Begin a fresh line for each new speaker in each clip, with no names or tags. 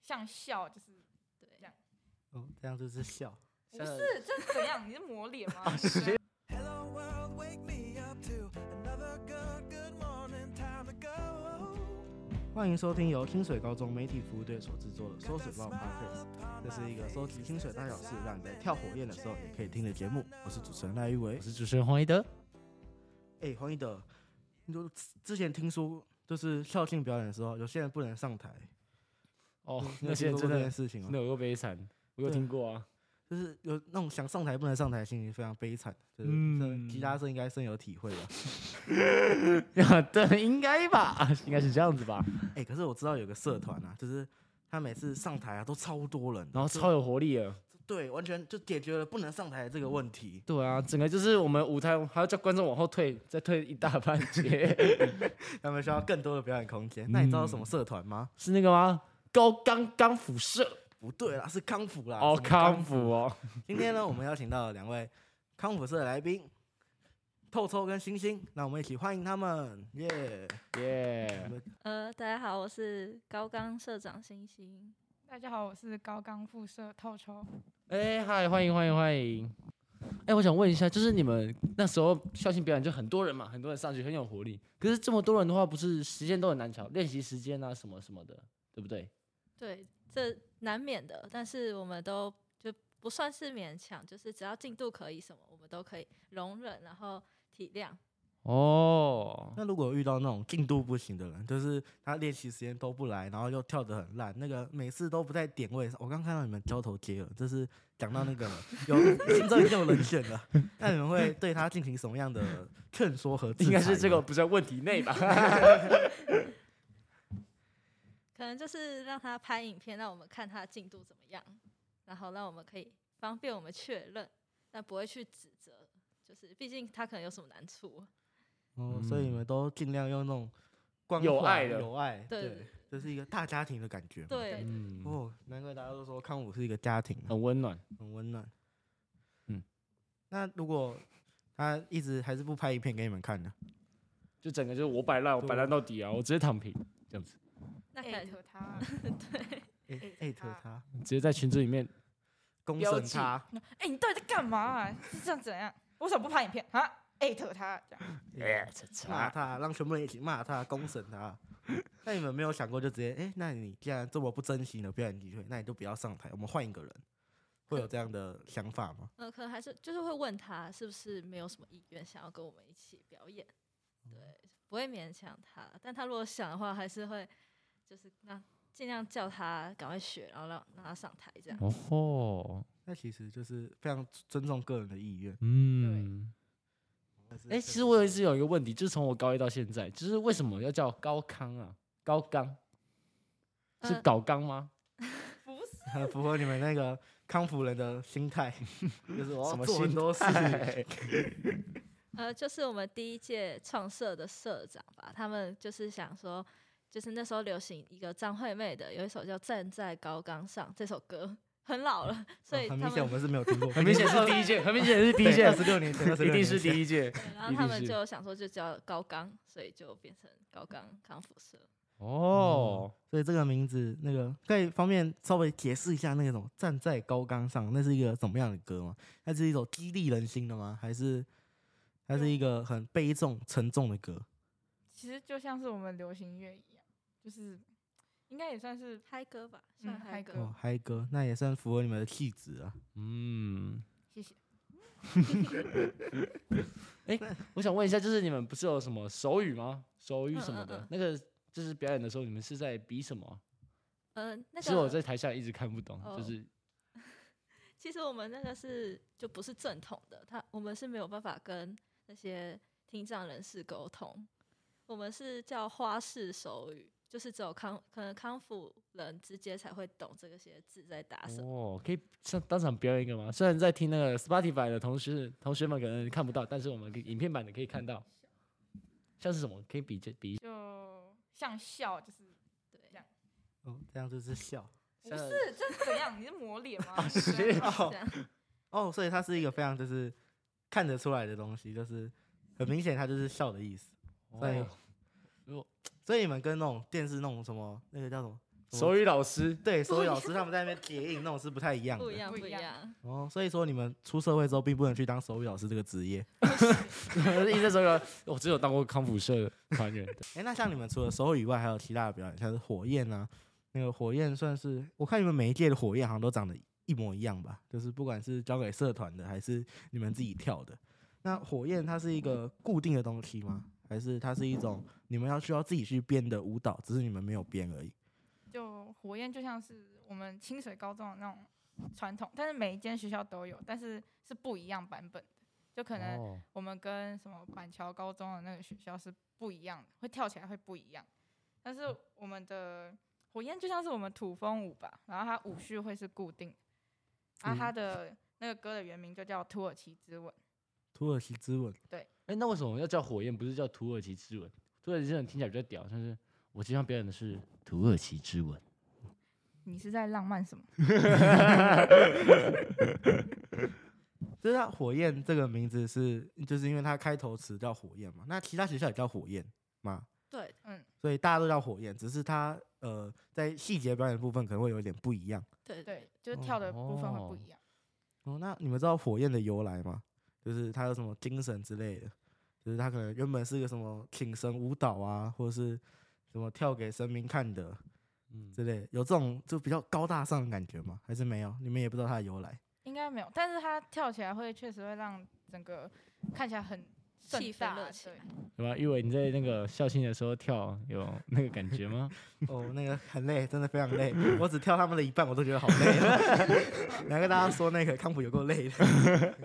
像笑，就是
对
这样
哦，这样就是笑。
不是这是怎样？啊你是抹脸 吗？对
Hello world, wake me up to another good, good morning, time to go.
欢迎收听由清水高中媒体服务队所制作的《收水报 p o d c a s
Smile upon
t 这是一个
my
收
face,
集清水大小事，让你在跳火焰的时候也可以听的节目。我是主持人赖玉维
我。是主持人黄一德。
哎，黄一德，你说之前听说就是校庆表演的时候，有些人不能上台，
哦
你，
那
有
些
听
人
说过这
真的
件事情
真
吗？
的有个悲惨，我有
对
听过 啊。
就是有那种想上台不能上台的心情，非常悲惨。就是
嗯
这吉他社应该深有体会吧？
啊对，应该吧， 应该是这样子吧。
哎，可是我知道有个社团啊，就是他每次上台啊都超多人的，
然后
就
超有活力的，
对，完全就解决了不能上台的这个问题。
对啊，整个就是我们舞台还要叫观众往后退，再退一大半截，
他们需要更多的表演空间。那你知道什么社团吗？
是那个吗？高刚刚辐射
不对啦，是康复啦。
哦，
什么
康。复哦，
今天呢，我们邀请到了两位康复社的来宾，透抽跟星星，让我们一起欢迎他们，耶、
耶！
呃，大家好，我是高刚社长星星。
大家好，我是高刚复社透 抽。
哎嗨，欢迎欢迎欢迎！哎，我想问一下，就是你们那时候校庆表演就很多人嘛，很多人上去很有活力，可是这么多人的话，不是时间都很难调，练习时间啊什么什么的，对不对？
对，这难免的，但是我们都就不算是勉强，就是只要进度可以什么，我们都可以容忍，然后体谅。
哦，
那如果遇到那种进度不行的人，就是他练习时间都不来，然后又跳得很烂，那个每次都不在点位上。我刚看到你们交头接耳，这是讲到那个 有行政已经有人选了，那你们会对他进行什么样的劝说和制
应该是
裁
这个
呢
不在问题内 吧？
可能就是让他拍影片，让我们看他进度怎么样，然后让我们可以方便我们确认，但不会去指责，就是毕竟他可能有什么难处。
哦，所以你们都尽量用那种关
有
怀
爱的
有爱，
对
对，这是一个大家庭的感觉嘛。
对，
嗯，
哦，难怪大家都说康武是一个家庭啊，
很温暖。
很温暖。
嗯，
那如果他一直还是不拍影片给你们看呢？
就整个就是我摆烂，我摆烂到底啊，我直接躺平，这样子，
那可
艾
能
特他，
艾
哎
艾
哎艾
特
特他，
直接在群组里面
公
标
审
记
他，
哎、你到底在干嘛、啊？是这样怎样？为什么不拍影片啊？艾特他这样。
哎，这
骂
这
他，让全部人一起骂他，公审他。那你们没有想过就直接，哎、那你既然这么不珍惜你的表演机会，那你就不要上台，我们换一个人，会有这样的想法吗？
呃，可能还是就是会问他是不是没有什么意愿想要跟我们一起表演，对，不会勉强他。但他如果想的话，还是会就是让尽量叫他赶快学，然后让让他上台这样。
哦吼，
那其实就是非常尊重个人的意愿。
嗯，
但是
哎，其 实我一直有一个问题，就是从我高一到现在，就是为什么要叫高康啊？高刚是
呃
搞刚吗？
不是，
符合你们那个康复人的心态，就是我
什
要
么
做很
心
多事。
呃，就是我们第一届创社的社长吧，他们就是想说，就是那时候流行一个张惠妹的有一首叫《站在高岗上》这首歌，很老了，所以
很
他
明显我
们、
们是没有听过，
很明显是第一届，很明显是第一届
二，十六年前，
一定是
一。
第一届。
对然
一
后他
定
们
是
就想说就叫高岗，所以就变成高岗康复社。
哦，
所以这个名字，那个可以方便稍微解释一下那种站在高岗上，那是一个怎么样的歌吗？那是一首激励人心的吗？还是它是一个很悲重、沉重的歌？
其实就像是我们流行乐一样，就是应该也算是
嗨歌吧，
嗯
算嗨
嗨
歌。
歌
哦，嗨歌，那也算符合你们的气质啊。
嗯。
谢谢。
我想问一下，就是你们不是有什么手语吗？手语什么的，
嗯嗯嗯
那个就是表演的时候，你们是在比什么啊？
呃，那
其实我在
个
台下一直看不懂，
哦
就是
其实我们那个是就不是正统的，他我们是没有办法跟那些听障人士沟通，我们是叫花式手语，就是只有康可能康复人之间才会懂这个些字在打什么。
哦，可以像当场表演一个吗？虽然在听那个 Spotify 的同学同学们可能看不到，但是我们可以影片版的可以看到，像是什么可以比这比
就像笑，就是
对，
哦，这样就是笑。
不是这是怎样？你是抹脸吗？对啊
哦
这样
哦，所以它是一个非常就是看得出来的东西，就是很明显它就是笑的意思。所以
哦，
所以你们跟那种电视那种什么那个叫什么
手语老 师，
对，所以老师他们在那边结印那种是不太一样的。
不一样，
不
不
一
一
样
样。
哦，所以说你们出社会之后并不能去当手语老师这个职业。
一直手语老师，我只有当过康复社团 员的。
哎，那像你们除了手语以外，还有其他的表演，像是火焰啊，那个火焰算是我看你们每一届的火焰好像都长得一模一样吧，就是不管是交给社团的还是你们自己跳的。那火焰它是一个固定的东西吗？还是它是一种你们要需要自己去编的舞蹈，只是你们没有编而已？
就火焰就像是我们清水高中的那种传统，但是每一间学校都有，但是是不一样版本的。就可能
哦，
我们跟什么板桥高中的那个学校是不一样的，会跳起来会不一样。但是我们的火焰就像是我们土风舞吧，然后它舞序会是固定的，然后它的那个歌的原名就叫《土耳其之吻》。
土耳其之吻，
哎，那为什么要叫火焰，不是叫土耳其之吻？土耳其之吻听起来比较屌，但是我今天要表演的是土耳其之吻。
你是在浪漫什么？
就是它火焰这个名字是，就是因为它开头词叫火焰嘛。那其他学校也叫火焰吗？
对，
嗯，
所以大家都叫火焰，只是它呃在细节表演的部分可能会有一点不一样。
对，
对，就是跳的部分会不一样。
哦，那你们知道火焰的由来吗？就是它有什么精神之类的，就是它可能原本是一个什么请神舞蹈啊，或者是什么跳给神明看的
嗯，
之类的，有这种就比较高大上的感觉吗？还是没有？你们也不知道它的由来？
应该没有，但是它跳起来会确实会让整个看起来很盛
气氛
大
热啊起
对
来。
对吧？玉伟，你在那个校庆的时候跳有那个感觉吗？
哦，那个很累，真的非常累。我只跳他们的一半，我都觉得好累 了。难怪大家说那个康普有够累的。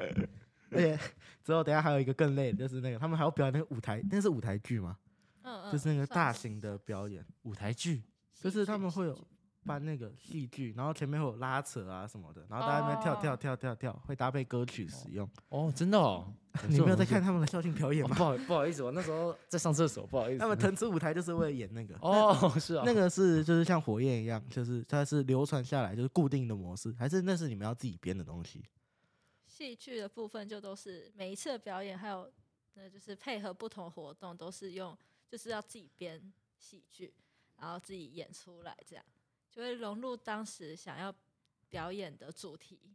而且之后等一下还有一个更累的，就是那个他们还要表演那个舞台，那是舞台剧嘛，
嗯嗯，
就是那个
算
大
是
型的表演。
舞台剧，
就是他
戏剧
们会
戏
有
剧
搬那个戏剧，然后前面会有拉扯啊什么的，然后大家在那边跳
哦
跳跳跳跳，会搭配歌曲使用。，
哦，真的哦
你没有在看他们的校庆表演
哦？
吗？
不好不好意思，我那时候在上厕所，不好意思。
他们腾出舞台就是为了演那个。
哦，是啊，
那个是就是像火焰一样，就是它是流传下来就是固定的模式，还是那是你们要自己编的东西？
戏剧的部分就都是每一次的表演，还有呃，就是配合不同活动，都是用就是要自己编戏剧，然后自己演出来，这样就会融入当时想要表演的主题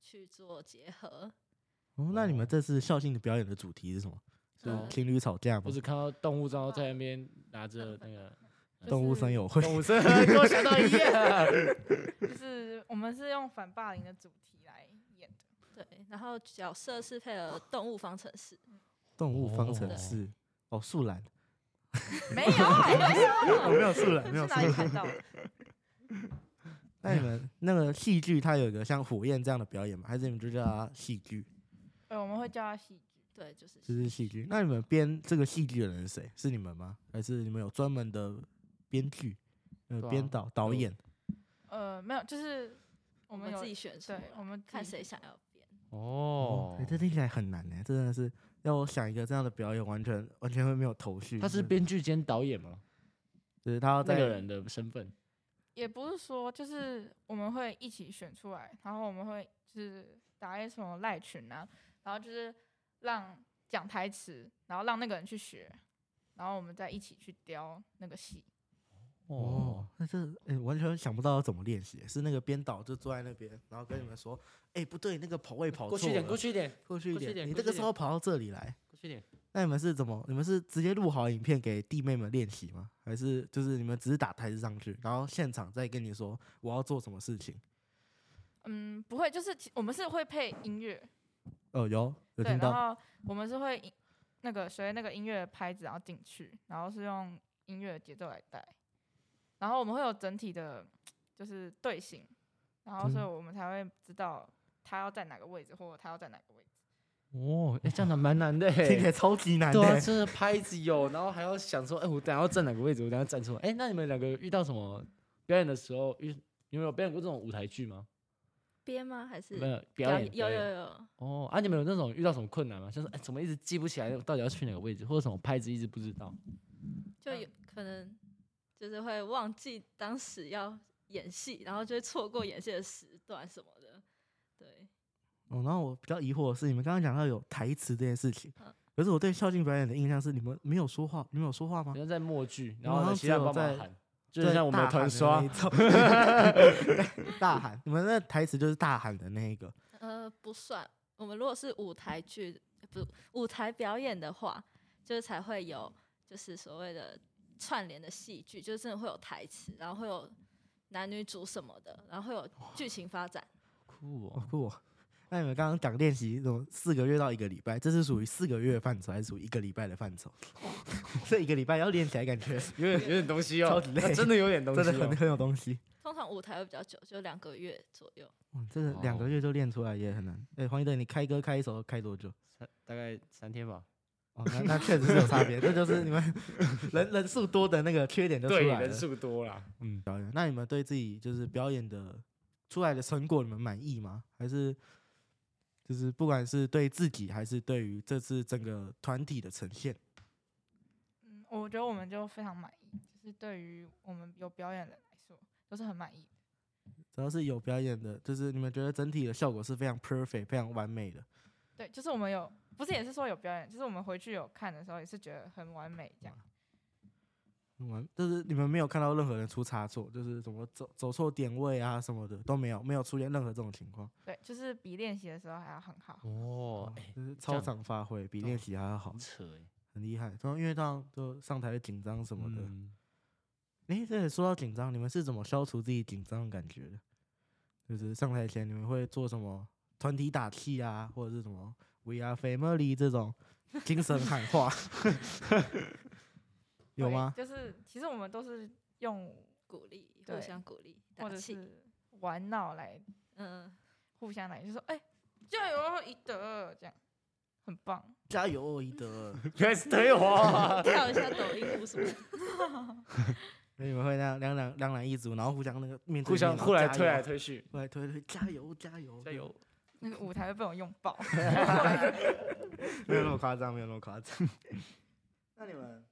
去做结合。
哦，那你们这次校庆的表演的主题是什么？是
嗯
情侣吵架吗
我？只看到动物然后在那边拿着那 个
动物森友会？
动物声，跟我想到一样。
就是我们是用反霸凌的主题来演的。
对，然后角色是配合动物方程式，
动物方
哦
程式？哦，树懒，
没有啊，
我
没
没有树懒，没有
是
树
哪
懒
里。看 到的？
那你 们那个戏剧，它有一个像火焰这样的表演吗？还是你们就叫它戏剧？
对，呃我们会叫它戏剧。
对，就是
就是戏剧。那你们编这个戏剧的人是谁？是你们吗？还是你们有专门的编剧、呃
对啊
编导、导
有
演？
呃，没有，就是我
我
们
们
有
自己选出
对，我
来，
们自
看
己
谁想要编。
哦
哎，这听起来很难呢、这真的是要我想一个这样的表演，完全完全会没有头绪。
他是
就
编剧兼导演吗？
就是他要
那
哦在
个人的身份。
也不是说就是我们会一起选出来，然后我们会就是打一些什么赖群啊，然后就是让讲台词，然后让那个人去学，然后我们再一起去雕那个戏。
哦，，那这哎、完全想不到要怎么练习。是那个编导就坐在那边，然后跟你们说：“哎、不对，那个跑位跑错
哦过去一点，
了
过去一点，
过去一
过去一
点，
点
你
过
这
去
个
一
时
点
候跑到这里来。”
过去一点。
那你们是怎么？你们是直接录好影片给弟妹们练习吗？还是就是你们只是打台子上去，然后现场再跟你说我要做什么事情？
嗯，不会，就是其我们是会配音乐，
哦，有有
对，
听
然
到
后我们是会引那个随那个音乐的拍子，然后进去，然后是用音乐的节奏来带，然后我们会有整体的，就是队形，然后
嗯
所以我们才会知道他要在哪个位置，或者他要在哪个位置。
哦，哎，这样的蛮 难的欸。
听起来超级难的
对
欸、
啊，这是拍子有，然后还要想说，哎，我等下要站哪个位置，我等下站错。哎，那你们两个遇到什么表演的时候遇？你们有表演过这种舞台剧吗？
编吗？还是
没有表演，
嗯有
表演
有有，
哦，啊，你们有那种遇到什么困难吗？就是哎，怎么一直记不起来到底要去哪个位置，或者什么拍子一直不知道？
就有可能就是会忘记当时要演戏，然后就会错过演戏的时段什么的。对，
哦，然后我比较疑惑的是，你们刚刚讲到有台词这件事情
嗯，
可是我对校庆表演的印象是你们没有说话，你们有说话吗
好？像在默剧，然
我
后
好
呢
像
其他人
只有
帮忙
在
喊。就是像我们的团刷，
大喊，你们那台词就是大喊的那一个，
呃，不算。我们如果是舞台剧，不舞台表演的话，就是才会有就是所谓的串联的戏剧，就是真的会有台词，然后会有男女主什么的，然后会有剧情发展。
酷
好
哦，
酷、哦。那你们刚刚讲练习，从四个月到一个礼拜，这是属于四个月的范畴，还是属于一个礼拜的范畴？ 这一个礼拜要练起来，感觉
有点有点东西
超
哦
级，
那
累
真的有点 东
真
西、哦，
的很很有东西。
通常舞台会比较久，就两个月左右。
嗯，这
哦
个两个月就练出来也很难。哎、黄一德，你开歌开一首开多久？
三大概三天吧。
哦，那那确实是有差别，这就是你 们人人数多的那个缺点就出
对，
来
人
了。
数多啦。嗯，
表演，那你们对自己就是表演的出来的成果，你们满意吗？还是就是不管是对自己，还是对于这次整个团体的呈现？
嗯，我觉得我们就非常满意，就是对于我们有表演的人来说，都是很满意的。
主要是有表演的，就是你们觉得整体的效果是非常 perfect、非常完美的。
对，就是我们有，不是也是说有表演，就是我们回去有看的时候，也是觉得很完美这样。
完，就是你们没有看到任何人出差错，就是什么走走错点位啊什么的都没有，没有出现任何这种情况，
对，就是比练习的时候还要很好。
哦，哎、
就是
这
超
样
常发挥，比
对
练习还要好
好，扯哎、
很厉害。然后因为这样就上台会紧张什
怎
么
么
的
的？。
诶，这里说到紧张，你们是怎么消除自己紧张的感觉的？就是上台前你们会做什么团体打气啊，或者是什么 “We are family” 这种精神喊话， 有
会
吗？
就是其实我们都是用
鼓励，互
对
相鼓励，
或
打
者
气。
是玩闹来
嗯，
互相来，就说哎、加油一德这样，很棒。
加油哦，一德！
原来是推我、
跳一下抖音舞什么的。
所以你们 会那样两两两两一组，然后互相那个面对
互相
面
互来
然后
推
加
来
油
推去，
互来推推，加油加油
加！油！
那个舞台会被我用 爆。
没有那么夸张，没有那么夸张。 那你们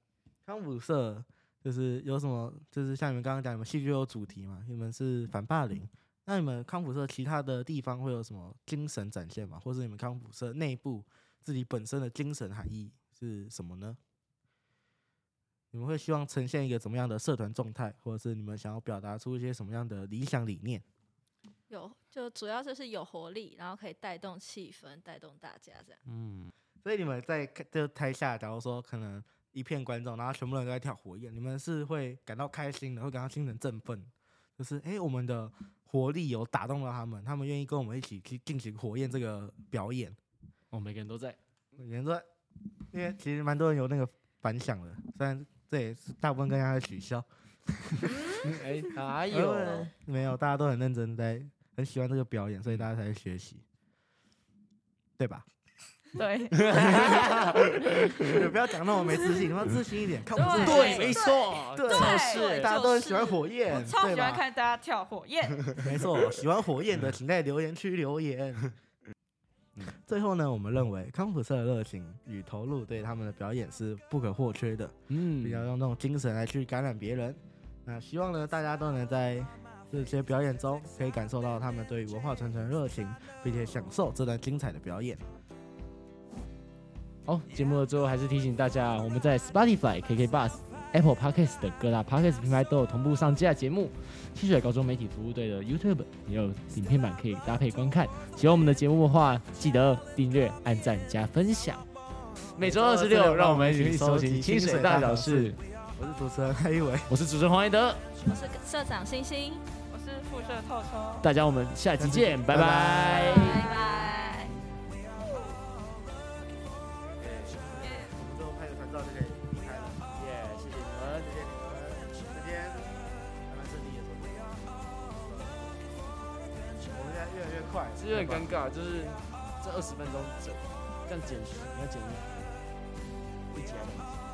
康复社就是有什么？就是像你们刚刚讲，你们戏剧有主题嘛？你们是反霸凌，那你们康复社其他的地方会有什么精神展现吗？或是你们康复社内部自己本身的精神含义是什么呢？你们会希望呈现一个怎么样的社团状态，或者是你们想要表达出一些什么样的理想理念？
有，就主要就是有活力，然后可以带动气氛，带动大家这样。
嗯，
所以你们在看就台下，假如说可能一片观众，然后全部人都在跳火焰，你们是会感到开心的，会感到精神振奋，就是诶，我们的活力有打动到他们，他们愿意跟我们一起去进行火焰这个表演。
哦，每个人都在。
有人说，因为其实蛮多人有那个反响的，虽然这也是大部分跟大家取消，
哎、哪
呃没有，大家都很认真在，很喜欢这个表演，所以大家才会学习，对吧？
对，
你不要讲那么没自信，你要自信一点，看我们是
对，没错，
对
就是
大家都很喜欢火焰，
我超
对
喜欢
吧
看大家跳火焰。
没 错，喜欢火焰的请在留言区留言。最后呢，我们认为康普社的热情与投入对他们的表演是不可或缺的，
嗯
比较用那种精神来去感染别人。那希望呢，大家都能在这些表演中可以感受到他们对于文化传承的热情，并且享受这段精彩的表演。
好，节目的最后还是提醒大家，我们在 Spotify、KK Bus、Apple Podcasts 等各大 Podcast 平台都有同步上架节目。清水高中媒体服务队的 YouTube 也有影片版可以搭配观看。喜欢我们的节目的话，记得订阅、按赞、加分享。每周二十六，让我们一起收集清水大小事。
我是主持人黑伟，
我是主持人黄一德，
我是社长星星，
我是副社透抽。
大家我们下期见，拜
拜拜
拜
拜拜。
我们最后拍个团照就可以离开了。耶、谢谢你们，谢谢你呃们。今天还蛮顺利的，呃我们现在越来越快，
是有点尴尬，就是这二十分钟整，这样剪，你要剪一集还是两集？